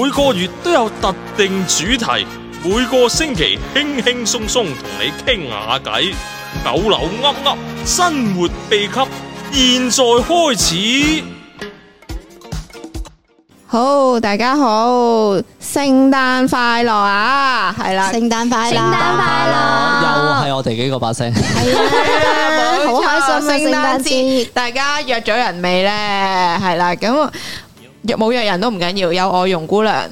每個月都有特定主題，每個星期輕輕鬆鬆同你傾下偈，九樓噏噏生活秘笈，現在開始。好，大家好，聖誕快樂啊！係啦， 聖誕快樂！聖誕快樂啊又係我哋幾個把聲，係 啊，好開心啊！聖誕節，大家約咗人未呢？係啦，咁約冇約人都唔緊要，有我容姑娘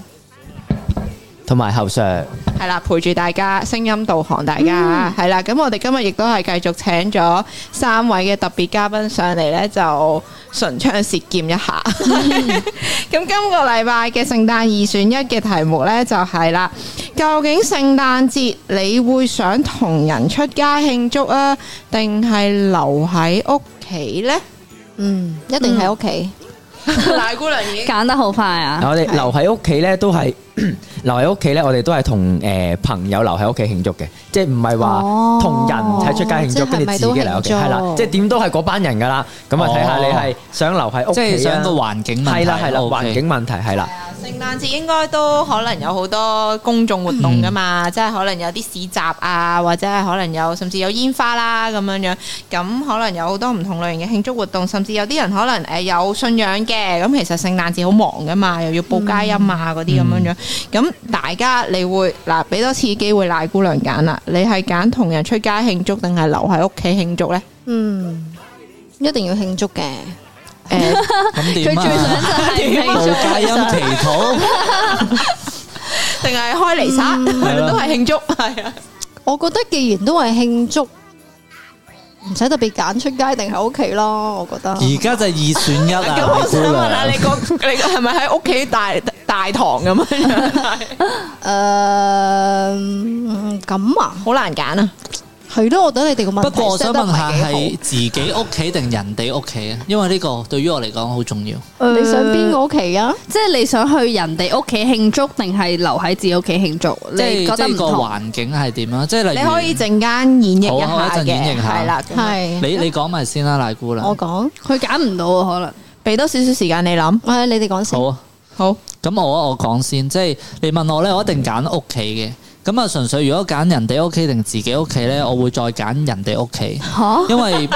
同埋後 Sir，係啦，陪住大家，聲音導航大家係啦。咁我哋今日亦都係繼續請咗三位嘅特別嘉賓上嚟呢，就唇槍舌劍一下。嗯 咁今個禮拜嘅聖誕二選一嘅題目呢，就係啦，究竟聖誕節你會想同人出街慶祝啊，定係留喺屋企 呢？嗯，一定喺屋企，大姑娘已經揀得好快啊！我哋留喺屋企咧都係 留喺屋企咧，我哋都係同誒朋友留喺屋企慶祝嘅，即係唔係話哦同人喺出街慶即祝，係跟住自己留屋企，係咪都係慶祝啦，即係點都係嗰班人噶啦。咁啊，哦睇下你係想留喺屋企即啊，係想個環境問題。係啦係啦， OK 環境問題係啦，聖誕節應該都可能有好多公眾活動噶嘛，即係可能有啲市集啊，或者係可能有甚至有煙花啦咁樣樣，咁可能有好多唔同類型嘅慶祝活動，甚至有啲人可能誒有信仰嘅，咁其實聖誕節好忙噶嘛，又要報佳音啊嗰啲咁樣樣，咁大家你會嗱俾多次機會賴姑娘揀啦，你係揀同人出街慶祝定係留喺屋企慶祝呢？嗯，一定要慶祝嘅。誒咁佢最點想啊？就係慶無祝，佳音祈禱，定係開彌撒 都係慶祝，係啊。我覺得既然都係慶祝，唔使特別揀出街定喺屋企咯。我覺得而家就係二選一啊！ 咁我想問下你你姑娘 個你係咪喺屋企大大堂咁啊樣樣？誒 Ờ, 嗯咁啊，好難揀啊！係咯。我覺得你哋個問題不過我想 set 得唔問下係幾係自己屋企定人哋屋企啊？因為呢個對於我嚟講好重要。好你想邊個屋企啊？即係你想去人哋屋企慶祝，定係留喺自己屋企慶祝？即你係即覺得唔係個同？環境係點啊？即係例你如可以陣間演繹一好啊下我一陣演嘅，繹下係啦，咁啊樣係你你講埋先啦，賴姑娘。我講，佢揀唔到啊，可能俾多少少時間你諗。誒你哋講先好。啊。好，咁我啊我講先，即係你問我咧，我一定揀屋企嘅。咁啊，純粹如果揀人哋屋企定自己屋企咧，我會再揀人哋屋企，因為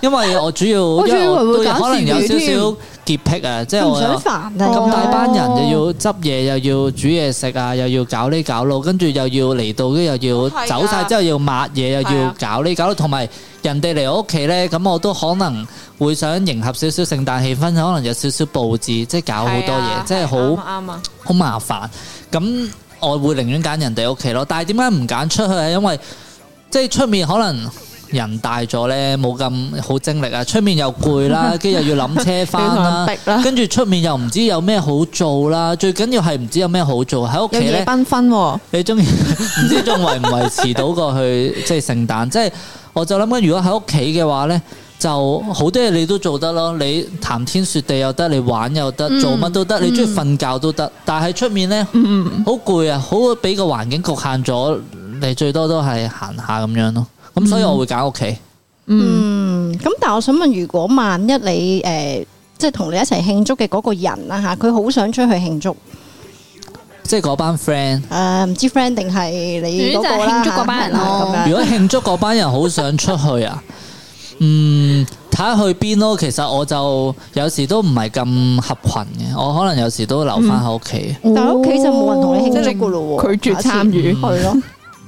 因為我主要仲以因為我為都會有揀可能有自少己添少潔癖啊，即係唔我想有煩啊！咁大班人又要執嘢，又要煮嘢食啊，又要搞呢搞路，跟住又要嚟到，跟住又要係啊走晒之後要抹嘢，又係要啊搞呢搞路，同埋人哋嚟我屋企呢，咁我都可能會想迎合少少聖誕氣氛，可能有少少佈置，即係搞好多係嘢，啊即係啱好啊啱啊！好麻煩。咁我會寧願揀人哋屋企咯，但係點解唔揀出去？係因為即係出面可能。人大咗呢，冇咁好精力啊！出面又攰 啦，跟住又要諗車翻啦非，常逼啦跟住出面又唔知有咩好做啦。最緊要係唔知有咩好做喺屋有企夜呢，繽紛喎，你中意 唔知仲維唔維持到過去即係聖誕？即係我就諗緊，如果喺屋企嘅話呢，就好多嘢你都做得咯。你談天說地又得，你玩又得，做乜都得，你中意瞓覺都得。但係出面呢，好攰啊，好俾個環境局限咗，你最多都係行下咁樣咯。咁所以我會揀屋企。嗯，咁但係我想問，如果萬一你誒、呃即係同你一齊慶祝嘅嗰個人啦嚇，佢好想出去慶祝，誒、呃即係嗰班 friend。唔知 friend 定係你嗰總之就個係啦慶祝嗰班人啊咯係啦咁樣如果慶祝嗰班人好想出去啊， 嗯，睇下去邊咯。其實我就有時都唔係咁合群嘅，我可能有時都留翻喺屋企。嗯但係屋企就冇人同你慶祝噶咯喎，哦拒絕參與係咯，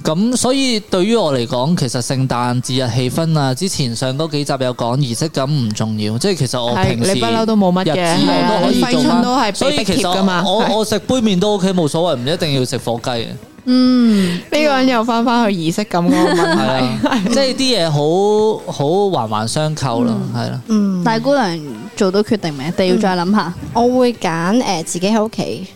咁、所以對於我嚟講，其實聖誕節日氣氛啊，之前上嗰幾集有講儀式感唔重要，即係其實我係平時你不嬲都冇乜嘅日子係啊 我都可以你揮做春翻。都係所被以逼其實貼㗎嘛我係我食杯麵都 OK，冇所謂，唔一定要食 火雞嘅。呢個人又翻翻去儀式感嗰個問係啊題。，即係啲嘢好好環環相扣啦，係啦。嗯，但大姑娘做到決定未？定要再諗嗯下。我會揀誒、呃自己喺屋企，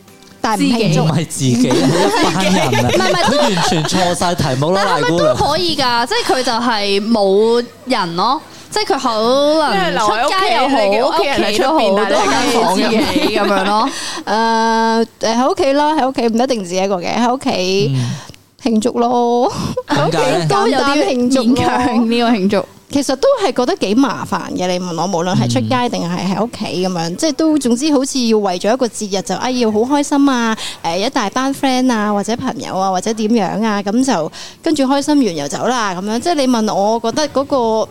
但係唔慶自己祝唔。係自己，係一班人啊！唔係唔係佢完全錯晒題目啦，賴姑都娘。可以㗎，即係佢就係冇人咯，即係佢可因為能留出喺屋企街又好，你嘅屋企人喺出都好，邊都係但係你喺間房入面自己咁樣咯。誒呃誒喺屋企啦，喺屋企唔一定自己一個嘅，喺屋 Ừ. 企慶祝咯，點解咧？都有簡啲單慶祝咯勉強呢個慶祝，其實都係覺得幾麻煩嘅。你問我，無論係出街定係喺屋企咁樣，即係都總之好似要為咗一個節日就哎要好開心啊！誒、一大班 friend 啊，或者朋友啊，或者點樣啊，咁就跟住開心完又走啦咁樣。即係你問我，我覺得嗰、個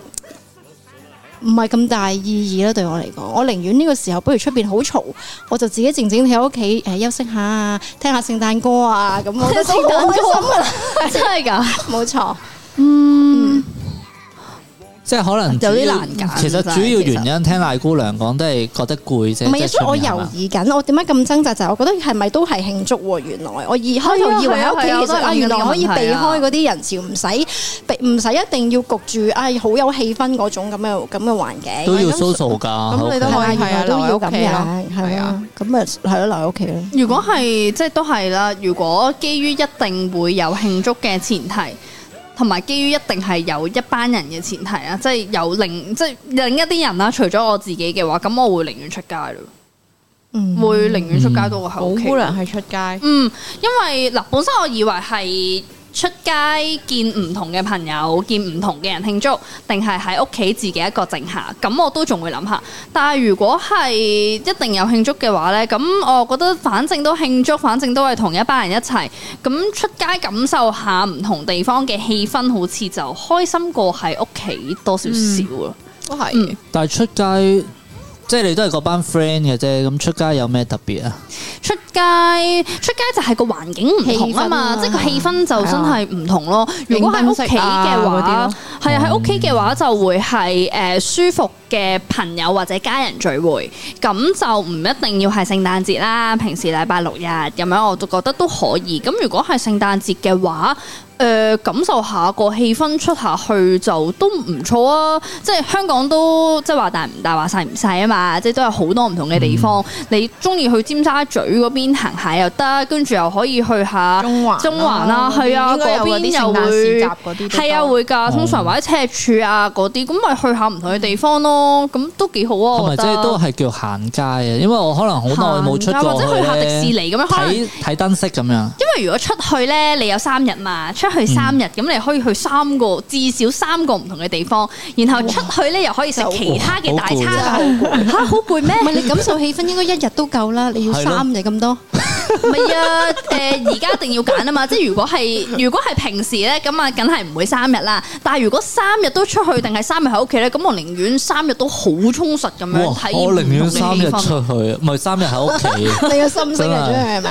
唔係咁大意義啦，對我嚟講，我寧願呢個時候不如出邊好嘈，我就自己靜靜喺屋企誒休息下啊，聽下聖誕歌啊，咁 我覺得聽聖誕歌好開心㗎啊啦，真係㗎。冇錯。即係可能有啲主要難揀其實主要原因聽賴姑娘講都係覺得攰啫。唔係啊，即係所以我出面係猶嘛豫緊，我點解咁掙扎就係我覺得係咪都係慶祝喎？原來我而開頭以為喺屋係啊係啊企，其實我都係啊，諗緊原來可以避呢個問題啊開嗰啲人潮，唔使避，唔使一定要焗住，唉，好有氣氛嗰種咁嘅咁嘅環境。都要咁 social 㗎。咁你都係可啊，以原係啊來都要咁留喺屋企咯樣，係係啊啊，咁咪係咯，留喺屋企咯。如果係即係都係啦，如果基於一定會有慶祝嘅前提，同埋基於一定係有一班人嘅前提啊，即係有另即係另一啲人啦，除咗我自己嘅話，咁我會寧願出街咯，嗯會寧願出街多過喺好屋企姑。娘係出街。嗯，因為嗱，本身我以為係出街見唔同嘅朋友，見唔同嘅人慶祝，定係喺屋企自己一個靜下，咁我都仲會諗下。但係如果係一定有慶祝嘅話呢，咁我覺得反正都慶祝，反正都係同一班人一齊，咁出街感受下唔同地方嘅氣氛，好似就開心過喺屋企多少少咯。都係嗯但係出街即係你都係嗰班 friend 嘅啫，咁出街有咩特別啊？出街出街就係個環境唔同啊嘛，氣氛啊即係個氣氛就真係唔同咯。如果喺屋企嘅影燈飾話啊，係啊喺屋企嘅話就會係誒、呃舒服嘅朋友或者家人聚會，咁就唔一定要係聖誕節啦，平時禮拜六日咁樣我都覺得都可以。咁如果係聖誕節嘅話，誒、呃感受下個氣氛出下去就都唔錯啊！即係香港都即係話大唔大話細唔細啊嘛，即係都有好多唔同嘅地方。嗯你中意去尖沙咀嗰邊行下又得，跟住又可以去下中環啦啊中環啦，係啊，應該嗰有嗰邊啲又聖誕市集嗰會啲都係啊多會哦㗎，通常或者赤柱啊嗰啲，咁咪去下唔同嘅地方咯，咁都幾好啊！係我咪覺即得係都係叫行街啊？因為我可能好耐冇出過啊行街或者去下去迪咧士尼咁樣可能睇睇燈飾咁樣。因為如果出去咧，你有三日嘛，出去三日，咁、你可以去三個至少三個唔同嘅地方，然後出去咧又可以食其他嘅大餐， 嚇好攰咩？唔係你感受氣氛應該一日都夠啦，你要係咯三日咁 多。唔係啊，誒而家一定要揀啊嘛，即係如果係如果係平時咧，咁啊梗係唔會三日啦。但係如果三日都出去定係三日喺屋企咧，咁我寧願三日都好充實咁樣哇！體驗我寧願唔同三嘅氣日氛 出去，唔係三日喺屋企。你嘅心聲真係係真係嘛？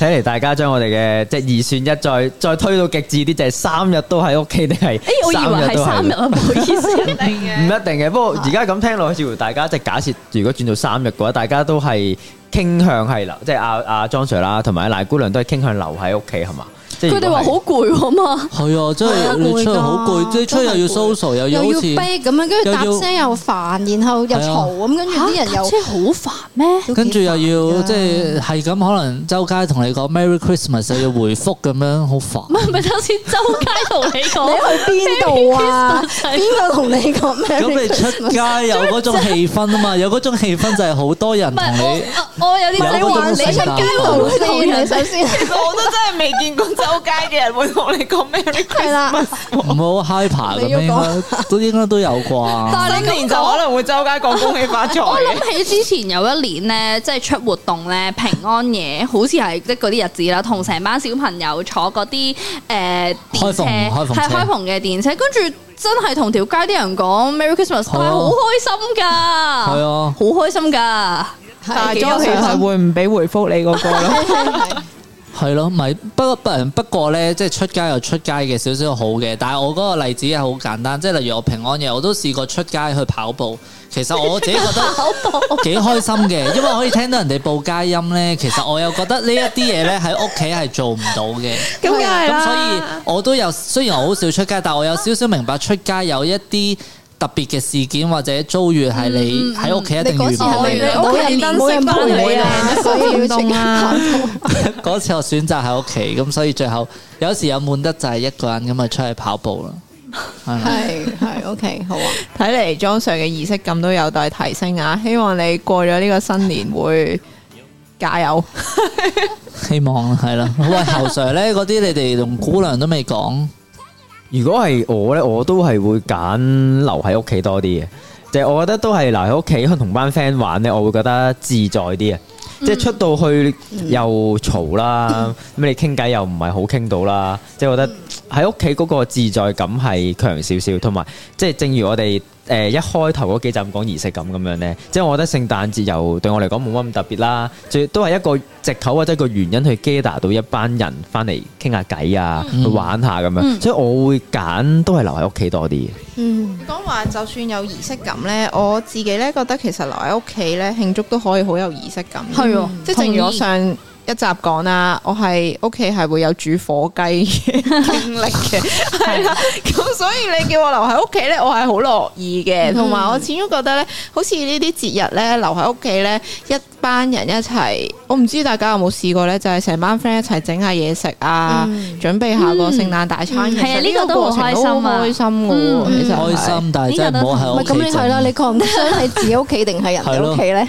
睇嚟大家將我哋嘅即系二選一再再推到極致啲，就係三日都喺屋企定係誒哎我以為都係三日啊，唔好意思，唔一定嘅。不啊過而家咁聽落去，似乎大家即係假設，如果轉到三日嘅話，大家都係傾向係留，即係阿阿莊 Sir 啦，同埋賴姑娘都係傾向留喺屋企係嘛？即係佢如果哋話係好攰啊嘛。係啊，真係你出去好攰，即係出去又要 social，又要又要好逼似咁樣，跟住搭又要車又煩，然後又係啊嘈咁，跟住啲人嚇又搭車好煩咩？都幾跟住又要煩㗎即係係咁，可能周街同你講 Merry Christmas 又要回覆咁樣，好煩。唔咪首先周街同 你你講，去邊度啊？ Christmas 邊個同你講咩？咁你出街有嗰種氣氛啊嘛，有嗰種氣氛就係好多人唔同你係。我我有啲有嗰種啊你出聖誕街度同同先？你人首先其實我都真係未見過周街嘅人會同你講 Merry 係 Christmas。啦，唔好 hyper 咁你要樣，應該都應該都有啩。但係你新咁年就講可能會周街講恭喜發財我嘅。諗起之前有一年咧，即係出活動咧，平安夜，好似係即係嗰啲日子啦，同成班小朋友坐嗰啲誒電開車，篷開篷係車開篷嘅電車，跟住真係同條街啲人講 Merry Christmas，但係係啊好開心㗎，係係啊好開 心㗎。但係幾有莊氣其氛係會唔俾回覆你嗰個咯。係咯，咪不過不嗯不過咧，即係出街有出街嘅少少好嘅，但係我嗰個例子係好簡單，即係例如我平安夜我都試過出街去跑步，其實 我自己覺得幾開心嘅，因為可以聽到人哋報佳音咧，其實我又覺得呢一啲嘢咧喺屋企係做唔到嘅。咁梗係咁所以啦。我都有，雖然我好少出街，但我有呃少少明白出街有一啲特別嘅事件或者遭遇係你喺屋企一定嗯你嗰遇次唔到係咪嘅。冇人冇人陪你啊？所以要出凍啊街。 嗰次我選擇喺屋企，咁所以最後有時有悶得就係一個人咁咪出去跑步 啦。係咪係係 OK 好啊，睇嚟莊 Sir 嘅儀式感都有待提升啊！希望你過咗呢個新年 會加油。 希望啦係啦。喂，侯 Sir 咧，嗰啲你哋同姑娘都未講，如果係我咧，我都係會揀留喺屋企多啲嘅。就係我覺得都係留喺屋企同班 friend 玩咧，我會覺得自在啲啊！即係出到去又嘈啦，咁你傾偈又唔係好傾到啦，即係覺得喺屋企嗰個自在感係強少少，同埋即係正如我哋誒一開頭嗰幾集講儀式感咁樣咧，即係我覺得聖誕節又對我嚟講冇乜咁特別啦，最都係一個藉口或者一個原因去 gather 到一班人翻嚟傾下偈啊，去玩下咁樣，所以我會揀都係留喺屋企多啲嘅。嗯，講話就算有儀式感呢，我自己呢覺得其實留喺屋企呢慶祝都可以好有儀式感。係喎即係正如我上一集講啦，我係屋企係會有煮火雞嘅經歷嘅，係啊啦。 咁所以你叫我留喺屋企呢，我係好樂意嘅。同埋我始終覺得呢，好似呢啲節日呢，留喺屋企呢，一班人一齊，我唔知大家有冇試過呢，就係成班 friend 一齊整下嘢食啊，準備下個聖誕大餐。其嗯實係啊呢個都過好程都開心啊開心嘅喎，嗯其實係開心，但係真係唔 好唔喺係屋企咁你係啦，整你覺唔覺得係自己屋企定係人哋屋企咧？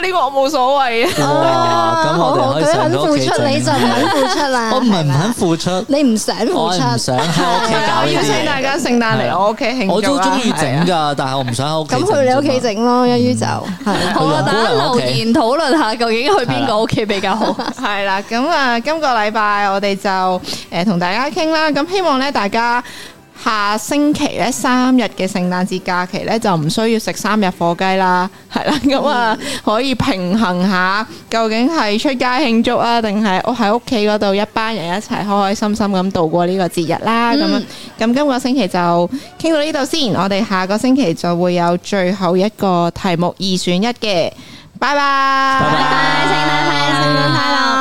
呢個我冇所謂 啊。哇！咁好我好，哋可佢以肯成付屋企出，你就唔整肯付出啦。 我唔係唔係肯嘛，付出，你唔想付我係唔出，想喺屋企搞啊我呢邀啲請嘢。大家聖誕嚟我屋企慶祝啊我都中意整噶。㗎，但係我唔想喺屋企。咁去你屋企。整咯，一於就係。好啊，去老大家公人留屋企言討論下究竟去邊個屋企比較好。係啦，咁啊，今個禮拜我哋就誒同大家傾啦。咁希望咧，大家下星期咧三日嘅聖誕節假期咧，就唔需要食三日火雞啦。 係啦，咁啊，可以平衡下究竟係出街慶祝啊，定係我喺屋企嗰度一班人一齊開開心心咁度過呢個節日啦。咁樣嗯，咁今個星期就傾到呢度先，我哋下個星期就會有最後一個題目二選一嘅。拜拜，拜拜，聖誕快樂，聖誕快樂。